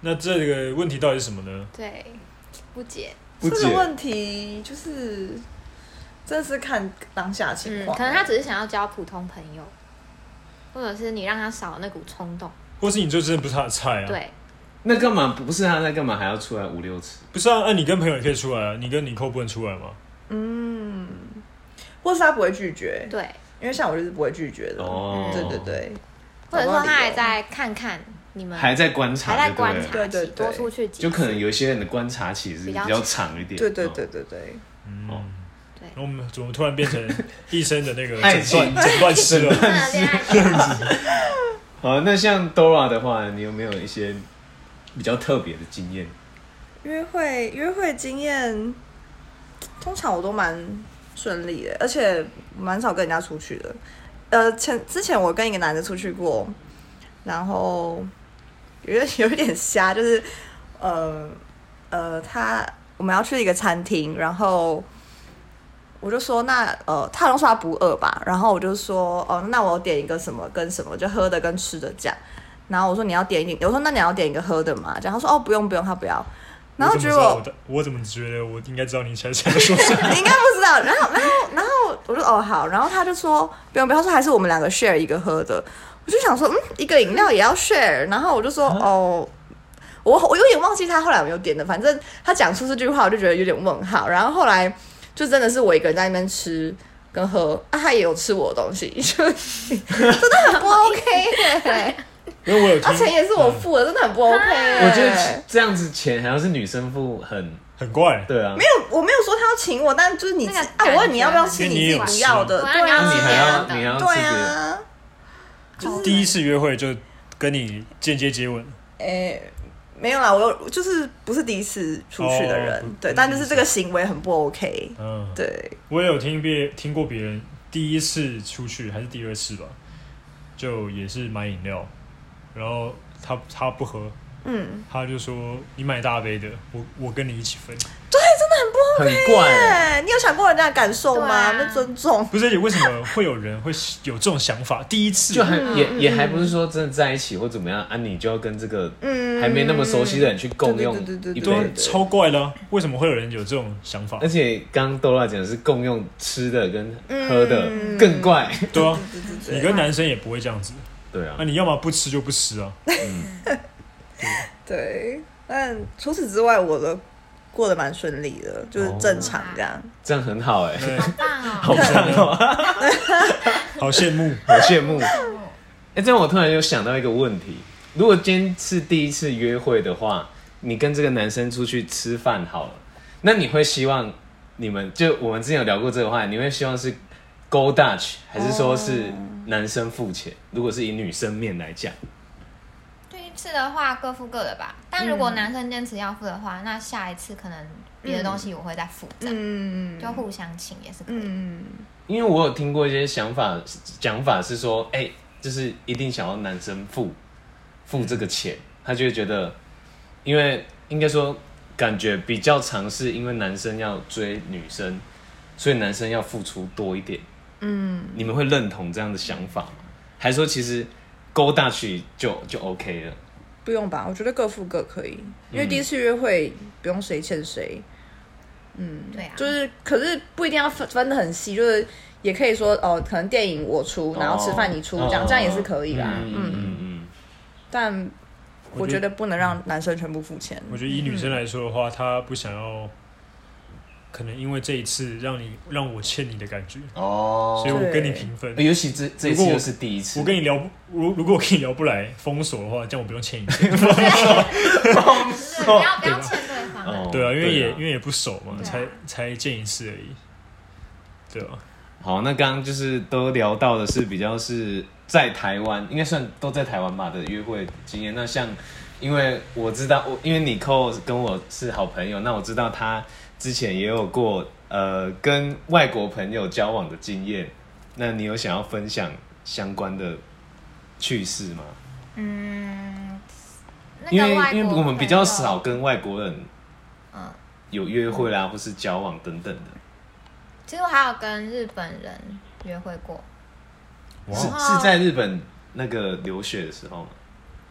S2: 那这个问题到底是什么呢？
S4: 些什么。对，不解。
S1: 不
S3: 这
S1: 解
S3: 个问题就是，真的是看当下情
S4: 嗯，
S3: 况、啊
S4: 可能他只是想要交普通朋友，或者是你让他少了那股冲动。
S2: 或是你就真的不是他的菜啊？，
S4: 对，
S1: 那干嘛不是他，那干嘛还要出来五六次？
S2: 不是啊，那、你跟朋友也可以出来啊，你跟你扣不能出来吗？
S3: 或是他不会拒绝，
S4: 对，
S3: 因为像我就是不会拒绝的。
S1: 哦，
S3: 对对，对，
S4: 或者说
S3: 找不到理由
S4: 他还在看看你们，
S1: 还在观察，
S4: 还在观
S1: 对不对
S4: 察
S3: 对对
S4: 期，
S3: 对
S4: 多出去几次，
S1: 就可能有一些人的观察期是比
S4: 比较
S1: 较长一点。
S3: 对对
S1: 哦
S3: 对对对，
S1: 哦
S4: 对
S2: 我们怎么突然 变成医生的那个
S1: 爱
S2: 诊
S1: 情
S2: 断诊断师啊了？
S4: 真的恋爱期。
S1: 好，呃那像 Dora 的话，你有没有一些比较特别的经验？
S3: 约会约会经验，通常我都蛮顺利的，而且蛮少跟人家出去的。呃，前之前我跟一个男的出去过，然后有点 有一点瞎，就是呃呃，他我们要去一个餐厅，然后我就说那呃，他好像说他不饿吧，然后我就说哦，那我点一个什么跟什么，就喝的跟吃的这样。然后我说你要点一点，我说那你要点一个喝的嘛，这样他说哦不用不用，他不要。然后
S2: 我怎
S3: 结
S2: 么知道
S3: 果
S2: 我的我怎么觉得我应该知道你想想说什 么？
S3: 你应该不知道。然后，然后，然后我就哦好，然后他就说不用不用，他说还是我们两个 share 一个喝的。我就想说，嗯，一个饮料也要 share。然后我就说
S1: 嗯
S3: 哦，我我有点忘记他后来有没有点的，反正他讲出这句话，我就觉得有点问号。然后后来就真的是我一个人在那边吃。跟喝啊，他也有吃我的东西，就真的很不 OK 耶
S2: 因为我有听
S3: 啊，，钱也是我付的，真的很不 OK 欸。
S1: 我觉得这样子钱好像是女生付很，
S2: 很怪，
S1: 对啊，
S3: 没有，我没有说他要请我，但就是你
S4: 那个
S3: 啊，我问你要不要吃，
S2: 感觉
S3: 自己不要的，
S4: 因为你
S3: 对
S4: 也
S1: 那
S4: 有
S3: 啊
S1: 你，还要你还要吃
S3: 对
S1: 别的，
S3: 啊，
S2: 第一次约会就跟你间接接吻，
S3: 诶，没有啦，我有就是不是第一次出去的人
S2: 哦不，
S3: 对，
S2: 不
S3: 但
S2: 是
S1: 嗯
S2: 第一
S3: 就是
S2: 次
S3: 这个行为很不 OK，
S2: 嗯，
S3: 对，
S2: 我也有听别听过别人第一次出去还是第二次吧，就也是买饮料，然后他他不喝，
S3: 嗯，
S2: 他就说你买大杯的，我我跟你一起分。
S1: 很怪。
S3: 哎，你有想过人家的感受
S4: 对
S3: 吗？
S4: 啊
S3: 那尊重，
S2: 不是，为什么会有人会有这种想法？第一次
S1: 就还
S3: 嗯
S1: 也也还不是说真的在一起或怎么样啊，你就要跟这个
S3: 嗯，
S1: 还没那么熟悉的人去共用
S3: 对对对对
S1: 一
S3: 对
S2: 都
S1: 杯
S3: 对，
S2: 超怪的啊、为什么会有人有这种想法
S1: 而？且刚刚豆拉讲的是共用吃的跟喝的
S3: 嗯
S1: 更怪，
S2: 对啊，
S3: 对，对对
S2: 你
S3: 对
S2: 跟男生也不会这样子，
S1: 对啊
S2: 那、，你要么不吃就不吃啊。
S3: 对，但除此之外，我的过得蛮顺利的，就是正常这样。
S1: 这样很好哎，
S2: 对，
S4: 棒哦！
S1: 好棒哦，
S2: 好羡慕。
S1: 好羡慕。 哎，这样我突然又想到一个问题，如果今天是第一次约会的话，你跟这个男生出去吃饭好了，那你会希望你们就我们之前有聊过这个话，你会希望是 go Dutch 还是说是男生付钱？如果是以女生面来讲，
S4: 第一次的话各付各的吧，但如
S3: 嗯
S4: 果男生坚持要付的话，那下一次可能别的东西我会再付账，
S3: 嗯
S4: 就互相请也是可以。
S3: 嗯，
S1: 因为我有听过一些想法讲法是说，哎、就是一定想要男生付付这个钱，他就会觉得，因为应该说感觉比较尝试，因为男生要追女生，所以男生要付出多一点。嗯，你们会认同这样的想法吗？还是说其实勾大去就就 OK 了？
S3: 不用吧，我觉得各付各可以，因为第一次约会不用谁欠谁，
S4: 对啊，
S3: 就是可是不一定要分分的很细，就是也可以说哦，可能电影我出，然后吃饭你出，这样、这样也是可以啦。
S1: 哦嗯嗯嗯嗯，
S3: 但我
S2: 觉
S3: 觉得不能让男生全部付钱。
S2: 我觉得以女生来说的话，她不想要，可能因为这一次让你让我欠你的感觉，
S1: 哦
S2: 所以我跟你
S3: 对
S2: 平分。
S1: 尤其这这一次
S2: 如果嗯我
S1: 又是第一次，
S2: 我跟你聊不，如如果我跟你聊不来，封锁的话，这样我不用欠你钱。
S4: 对，不要不要欠对方啊。
S1: 哦
S2: 对啊，因为也、
S1: 对啊
S2: 因为也不熟嘛，
S4: 对啊
S2: 才才见一次而已。对啊，
S1: 好，那刚刚就是都聊到的是比较是在台湾，应该算都在台湾吧的约会经验。那像，因为我知道我，因为你 o 跟我是好朋友，那我知道他之前也有过呃跟外国朋友交往的经验。那你有想要分享相关的趣事吗？
S4: 嗯，那
S1: 因为
S4: 个外国
S1: 因为我们比较
S4: 朋友
S1: 少跟外国人
S4: 嗯
S1: 有约会啦，或是交往等等的，
S4: 其实我还有跟日本人约会过，
S1: 是
S4: 哇
S1: 是在日本那个留学的时候吗？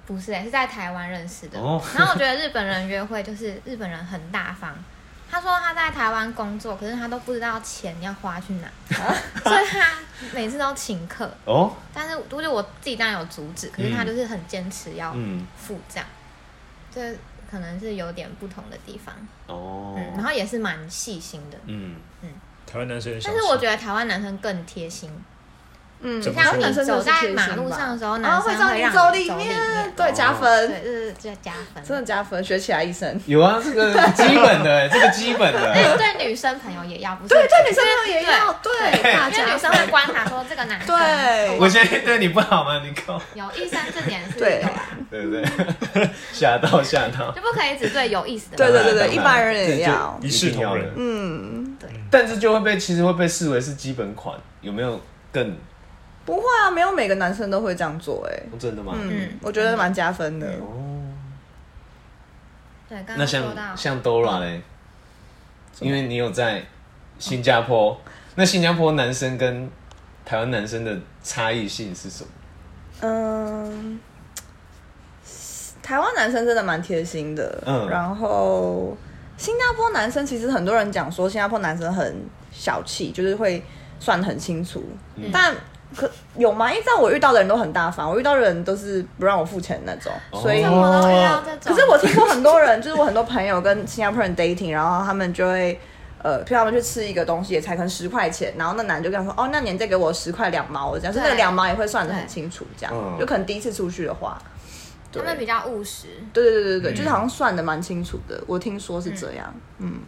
S4: 不是、欸，是在台湾认识的。
S1: 哦
S4: 然后我觉得日本人约会就是日本人很大方。他说他在台湾工作，可是他都不知道钱要花 去哪，所以他每次都请客。
S1: 哦，
S4: 但是我就我自己当然有阻止，可是
S1: 嗯
S4: 他就是很坚持要
S1: 嗯，
S4: 付账，这可能是有点不同的地方。
S1: 哦，
S4: 嗯，然后也是蛮细心的，
S1: 嗯，
S2: 台湾男生也想
S4: 但
S2: 吃，
S4: 是我觉得台湾男生更贴心，
S3: 嗯
S2: 怎么
S4: 像
S2: 说
S4: 你
S3: 男生
S4: 走
S3: 都是贴
S4: 在
S3: 心吧
S4: 马路上的时候，
S3: 然
S4: 男
S3: 后
S4: 生
S3: 会让
S4: 会
S3: 你
S4: 让
S3: 走
S4: 里
S3: 里面，对，
S4: 对，
S3: 加
S2: 哦
S3: 分，
S4: 对，这是这加分，
S3: 真的加分，学起来医生。
S1: 有啊，这个基本的， 这个基本
S4: 对
S1: 的，
S4: 哎对女生朋友也要，不是
S3: 对，对，女生朋友也要，对， 大
S4: 因为
S3: 家
S4: 女生会观察说这个男生
S3: 对
S1: 我现在对你不好吗？你靠，
S4: 有意思，这点是
S3: 对
S4: 有啊，
S1: 对不对？ 吓到吓到，
S4: 就不可以只对有意思的
S3: 对对
S4: 人。
S3: 对对，
S1: 当然
S3: 一般人也要
S1: 这。
S2: 一视同
S1: 一
S2: 仁
S1: 定要的
S3: 嗯，
S1: 但是就会被其实会被视为是基本款，有没有更
S3: 不会啊，没有每个男生都会这样做，哎，
S1: 哦真的吗？
S3: 嗯
S4: 嗯，
S3: 我觉得蛮加分的。
S1: 哦，
S4: 对，刚
S1: 那
S4: 刚说
S1: 像
S4: 到
S1: 像 Dora 嘞，因为你有在新加坡，那新加坡男生跟台湾男生的差异性是什么？
S3: 嗯，台湾男生真的蛮贴心的，
S1: 嗯
S3: 然后新加坡男生其实很多人讲说新加坡男生很小气，就是会算得很清楚，
S1: 嗯
S3: 但可有吗？因为在我遇到的人都很大方，我遇到的人都是不让我付钱的那种，所以。
S1: 哦
S4: 我都遇到这种，
S3: 可是我听过很多人，就是我很多朋友跟新加坡人 dating，然后他们就会，呃，譬如他们去吃一个东西，也才可能十块钱，然后那男就跟他说，哦，那你再给我十块两毛，这样，所以那个
S4: 对
S3: 两毛也会算的很
S4: 对
S3: 清楚，这样
S1: 嗯，
S3: 有可能第一次出去的话，对
S4: 他们比较务实。
S3: 对对对对对，
S2: 嗯
S3: 就是好像算的蛮清楚的，我听说是这样。嗯，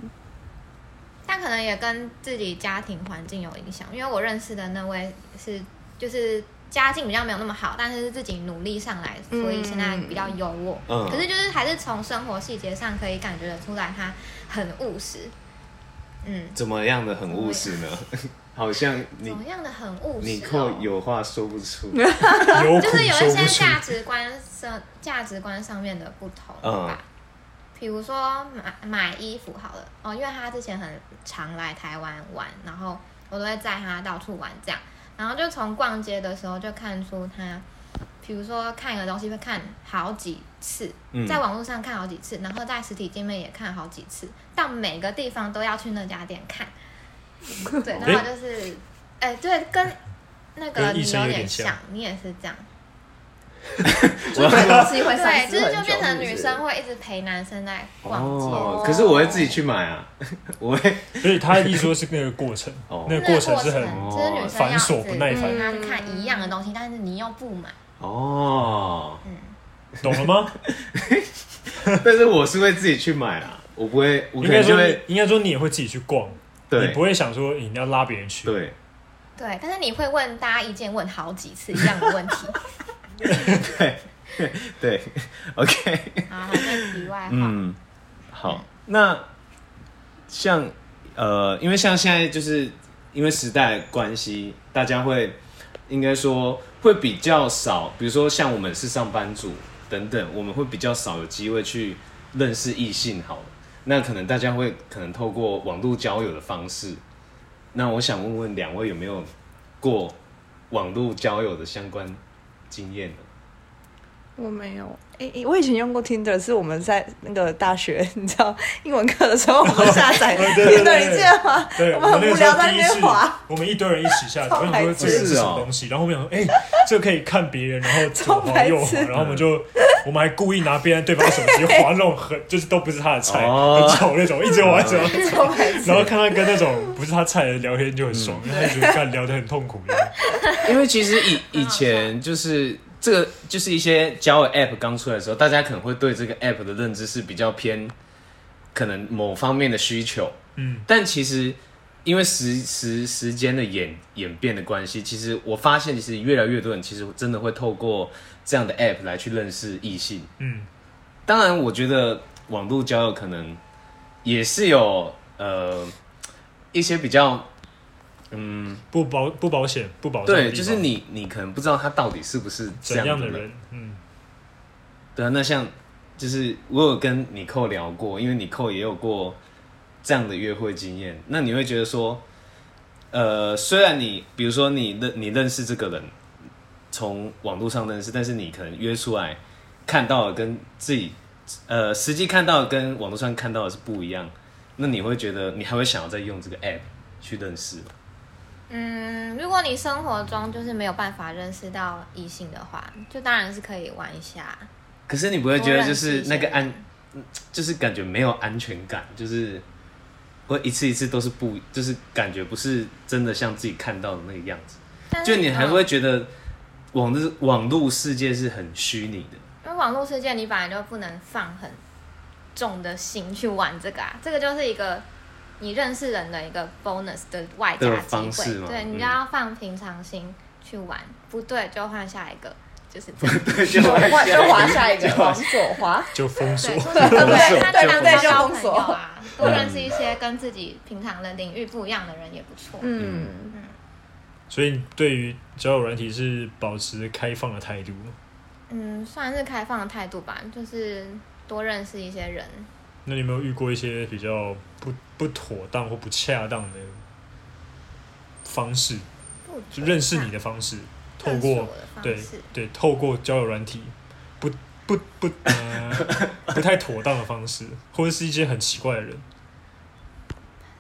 S4: 但可能也跟自己家庭环境有影响，因为我认识的那位是就是家境比较没有那么好，但是是自己努力上来，
S3: 嗯
S4: 所以现在比较优渥。
S1: 嗯
S4: 可是就是还是从生活细节上可以感觉得出来，他很务实。嗯，
S1: 怎么样的很务实呢？ 好像
S4: 怎
S1: 你
S4: 么样的很务实、哦？
S1: 你扣有话说不出，
S2: 有苦
S4: 就是有
S2: 说
S4: 一些
S2: 不出。
S4: 价值观上价值观上面的不同吧。
S2: 嗯
S4: 比如说买买衣服好了，哦，因为他之前很常来台湾玩，然后我都会载他到处玩这样，然后就从逛街的时候就看出他，比如说看一个东西会看好几次，
S1: 嗯
S4: 在网络上看好几次，然后在实体店面也看好几次，到每个地方都要去那家店 看。对，然后就是，哎、对，跟那个
S2: 跟医
S4: 你
S2: 生
S4: 有
S2: 有
S4: 点
S2: 点像
S4: 像，你也是这样。
S3: 就是买东西会三
S4: 嗯
S3: 思
S4: 对，就
S3: 很
S4: 是
S3: 久
S4: 就变成
S3: 是不是
S4: 女生会一直陪男生在逛街。
S1: 哦，可是我会自己去买啊， 我会
S2: 所以他的意思说是那个过程
S1: 哦，
S2: 那
S4: 那
S2: 个
S4: 个
S2: 过
S4: 过
S2: 程
S4: 程
S2: 是很
S4: 就是女生要
S2: 繁琐不耐烦
S4: 嗯，她看一样的东西，但是你又不买，
S1: 哦，
S2: 懂了吗？
S1: 但是我是会自己去买啦，我不会，我
S2: 应
S1: 可
S2: 该
S1: 能就
S2: 说你
S1: 会，
S2: 应该说你也会自己去逛，你
S1: 对
S2: 不会想说你要拉别人去。
S1: 对，
S4: 对，但是你会问大家意见，问好几次一样的问题。
S1: 对，OK，
S4: 啊，这题外话，
S1: 嗯，好，那像呃，因为像现在就是因为时代关系，大家会应该说会比较少，比如说像我们是上班族等等，我们会比较少有机会去认识异性。好了，那可能大家会可能透过网络交友的方式。那我想问问两位有没有过网络交友的相关经验呢？
S3: 我没有，诶、诶我以前用过 Tinder，是我们在那个大学， 你知道英文课的时候，我们下载
S2: 哦对对对
S3: Tinder，
S2: 对
S3: 你记得吗？
S2: 对，
S3: 我们很
S2: 那
S3: 无
S2: 个时
S3: 聊
S2: 候
S3: 在那
S2: 第一
S3: 边
S2: 次
S3: 滑，，
S2: 我们一堆人一起下载，
S3: 超
S2: 我想说这个是什
S1: 哦
S2: 么东西，然后我们想说，哎、这个可以看别人，然后左滑右滑，
S3: 超白痴
S2: 然后我们就，我们还故意拿别人对方手机滑那种很，就是都不是他的菜，
S1: 哦
S2: 很丑那种，一直滑一直滑，
S3: 超白痴
S2: 然后看他跟那种不是他菜的聊天就很爽，然后就觉得干聊得很痛苦这样。
S1: 因为其实以以前就是这个就是一些交友 App 刚出来的时候，大家可能会对这个 App 的认知是比较偏可能某方面的需求，
S2: 嗯，
S1: 但其实因为时时时间的演演变的关系，其实我发现其实越来越多人其实真的会透过这样的 App 来去认识异性。
S2: 嗯，
S1: 当然，我觉得网络交友可能也是有呃一些比较嗯。
S2: 不保不保险不保障的
S1: 对，
S2: 地方
S1: 就是你，你可能不知道他到底是不是这
S2: 怎样
S1: 的
S2: 的人，嗯，
S1: 对啊，那像就是我有跟你扣聊过，因为你扣也有过这样的约会经验，那你会觉得说，呃，虽然你比如说你认你认识这个人，从网络上认识，但是你可能约出来看到的跟自己呃实际看到的跟网络上看到的是不一样，那你会觉得你还会想要再用这个 app 去认识吗？
S4: 嗯，如果你生活中就是没有办法认识到异性的话，就当然是可以玩一下。
S1: 可是你不会觉得就
S4: 多
S1: 是
S4: 认识一些
S1: 那个
S4: 人
S1: 安，就是感觉没有安全感，就是我一次一次都是不，就是感觉不是真的像自己看到的那个样子，
S4: 但是
S1: 就你还会觉得网络网络世界是很虚拟的。
S4: 因为网络世界你本来就不能放很重的心去玩这个啊，这个就是一个你认识人的一个 bonus 的外加
S1: 的
S4: 机
S1: 方式
S4: 会
S1: 嘛，
S4: 对，
S1: 嗯
S4: 你就要放平常心去玩，不对就换下一个，就是这样。
S1: 对，就
S3: 就滑就 滑下一个，
S1: 就滑
S3: 往左滑。
S2: 就封锁
S4: 对，。对
S1: 对
S4: 他
S1: 对
S4: 当
S1: 对
S4: 然
S3: 就
S4: 交
S3: 封
S4: 朋
S3: 锁
S4: 友啊，
S1: 嗯
S4: 多认识一些跟自己平常的领域不一样的人也不错。
S3: 嗯，
S2: 所以对于交友软体是保持开放的态度，
S4: 嗯，算是开放的态度吧，就是多认识一些人。
S2: 那你有没有遇过一些比较不不妥当或不恰当的方式？
S4: 不
S2: 就认识你的方式，透
S4: 认识
S2: 过
S4: 我的方
S2: 对
S4: 式
S2: 对，透过交友软体，不不不、呃、不太妥当的方式，或者是一些很奇怪的人，
S4: 哦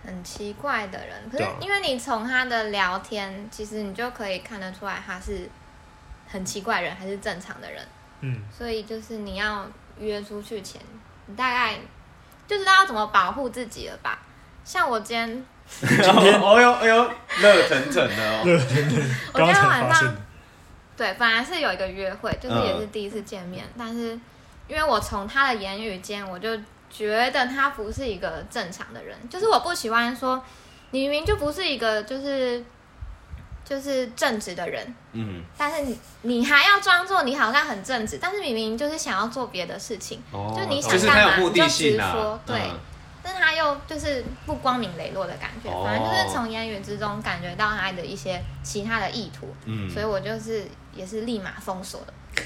S4: 很奇怪的人，可是
S2: 对啊
S4: 因为你从他的聊天，其实你就可以看得出来他是很奇怪的人还是正常的人，
S2: 嗯，
S4: 所以就是你要约出去前，你大概就知道要怎么保护自己了吧。像我今天，
S1: 哦哎呦哎呦，热腾腾的哦。
S4: 我今
S2: 刚
S4: 天
S2: 才
S4: 晚
S2: 发现
S4: 上
S2: 的，
S4: 对，本来是有一个约会，就是
S1: 嗯
S4: 也是第一次见面，但是因为我从他的言语间，我就觉得他不是一个正常的人，就是我不喜欢说你明明就不是一个就是就是正直的人，
S1: 嗯，
S4: 但是你你还要装作你好像很正直，但是明明就是想要做别的事情，
S1: 哦
S4: 就你想
S1: 就是他有
S4: 干嘛
S1: 目的性
S4: 你就直
S1: 啊
S4: 说，对
S1: 嗯
S4: 但他又就是不光明磊落的感觉，
S1: 哦
S4: 反正就是从言语之中感觉到他的一些其他的意图，
S1: 嗯
S4: 所以我就是也是立马封锁的，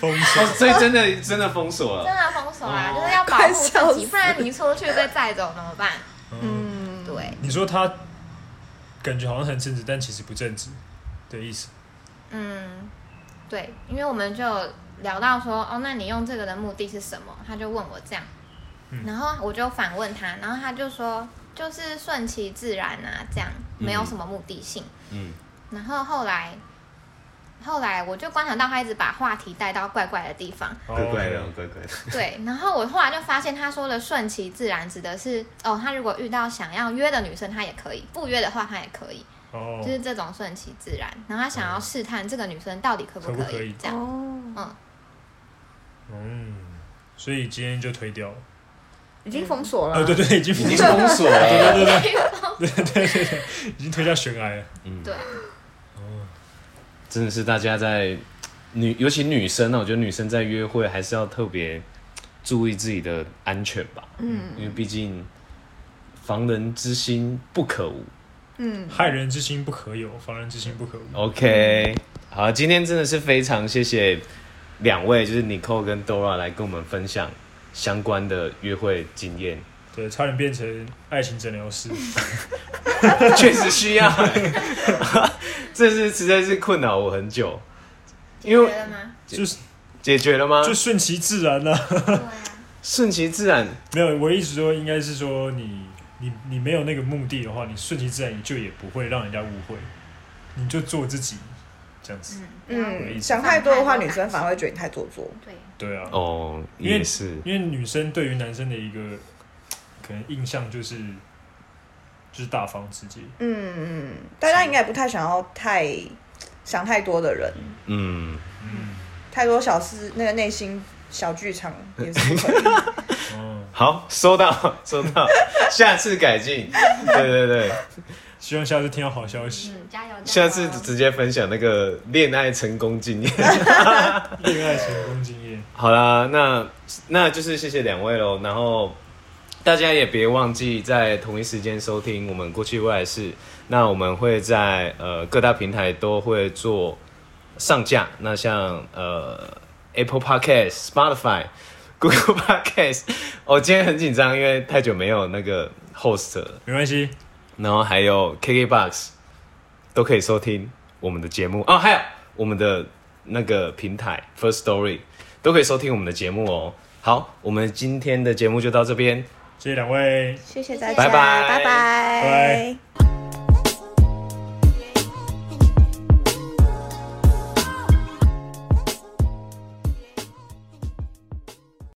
S2: 封锁
S1: 哦，所以真的真的封锁
S4: 真
S1: 了，
S4: 的封锁啦，
S1: 哦
S4: 就是要保
S3: 快
S4: 护
S3: 笑
S4: 自
S3: 死
S4: 己，不然你出去被载走怎么办？
S3: 嗯，
S4: 对，
S2: 你说他感觉好像很正直，但其实不正直的意思。
S4: 嗯，对，因为我们就有聊到说，哦，那你用这个的目的是什么？他就问我这样，
S2: 嗯
S4: 然后我就反问他，然后他就说，就是顺其自然啊，这样没有什么目的性。
S1: 嗯，
S4: 然后后来，后来我就观察到他一直把话题带到怪怪的地方，
S1: 怪怪的
S2: 哦，
S1: 怪怪的，
S4: 对，然后我后来就发现他说的顺其自然指的是，哦，他如果遇到想要约的女生，他也可以；不约的话，他也可以，就
S2: 哦，
S4: 是这种顺其自然。然后他想要试探这个女生到底可不
S2: 可不可以
S4: 以，这样。
S3: 哦，
S2: 嗯，所以今天就推掉了。
S3: 已经封锁
S4: 啊
S3: 了，
S2: 哦，对对，已经
S1: 已经封锁 了，
S2: 对对对对对对对，已经推下悬崖了。
S1: 嗯，
S4: 对啊，
S1: 真的是大家在女，尤其女生呢、我觉得女生在约会还是要特别注意自己的安全吧，
S3: 嗯
S1: 因为毕竟防人之心不可无。
S3: 嗯，
S2: 害人之心不可有，防人之心不可
S1: 哦
S2: 无。
S1: OK，好，今天真的是非常谢谢两位，就是 Nicole 跟 Dora 来跟我们分享相关的约会经验，
S2: 对，差点变成爱情诊疗师。
S1: 确实需要、 这是实在是困扰我很久。因
S4: 觉
S1: 为
S4: 得吗？
S2: 就是
S1: 解决了吗？
S2: 就顺其自然啦、
S1: 嗯
S4: 对啊，
S1: 顺其自然，
S2: 没有，我一直说应该是说你你你没有那个目的的话，你顺其自然，你就也不会让人家误会，你就做自己这样子。
S4: 嗯嗯，
S3: 嗯，想太多的话，女生反而会觉得你太做作。
S4: 对，嗯
S2: 对啊，
S1: 哦，
S2: 因为
S1: 也是，
S2: 因为女生对于男生的一个可能印象就是就是大方直接，
S3: 嗯嗯，大家应该也不太想要太想太多的人，
S1: 嗯，
S2: 嗯，
S3: 太多小事，那个内心小剧场也是不可以。
S2: 哦，
S1: 好，收到， 收到，下次改进。对对对，
S2: 希望下次听到好消息，
S4: 嗯，加油！加油
S1: 下次直接分享那个恋爱成功经验。
S2: 恋爱成功经验，
S1: 好啦，那那就是谢谢两位喽。然后大家也别忘记在同一时间收听我们过去未来式。那我们会在呃各大平台都会做上架。那像呃 Apple Podcast、Spotify、Google Podcast，我、哦、今天很紧张，因为太久没有那个 host 了。
S2: 没关系，
S1: 然后还有 KKBox 都可以收听我们的节目哦，还有我们的那个平台 First Story 都可以收听我们的节目哦。好，我们今天的节目就到这边。
S2: 谢谢两位。
S3: 谢谢大家，
S1: 拜拜
S3: 拜拜
S2: 拜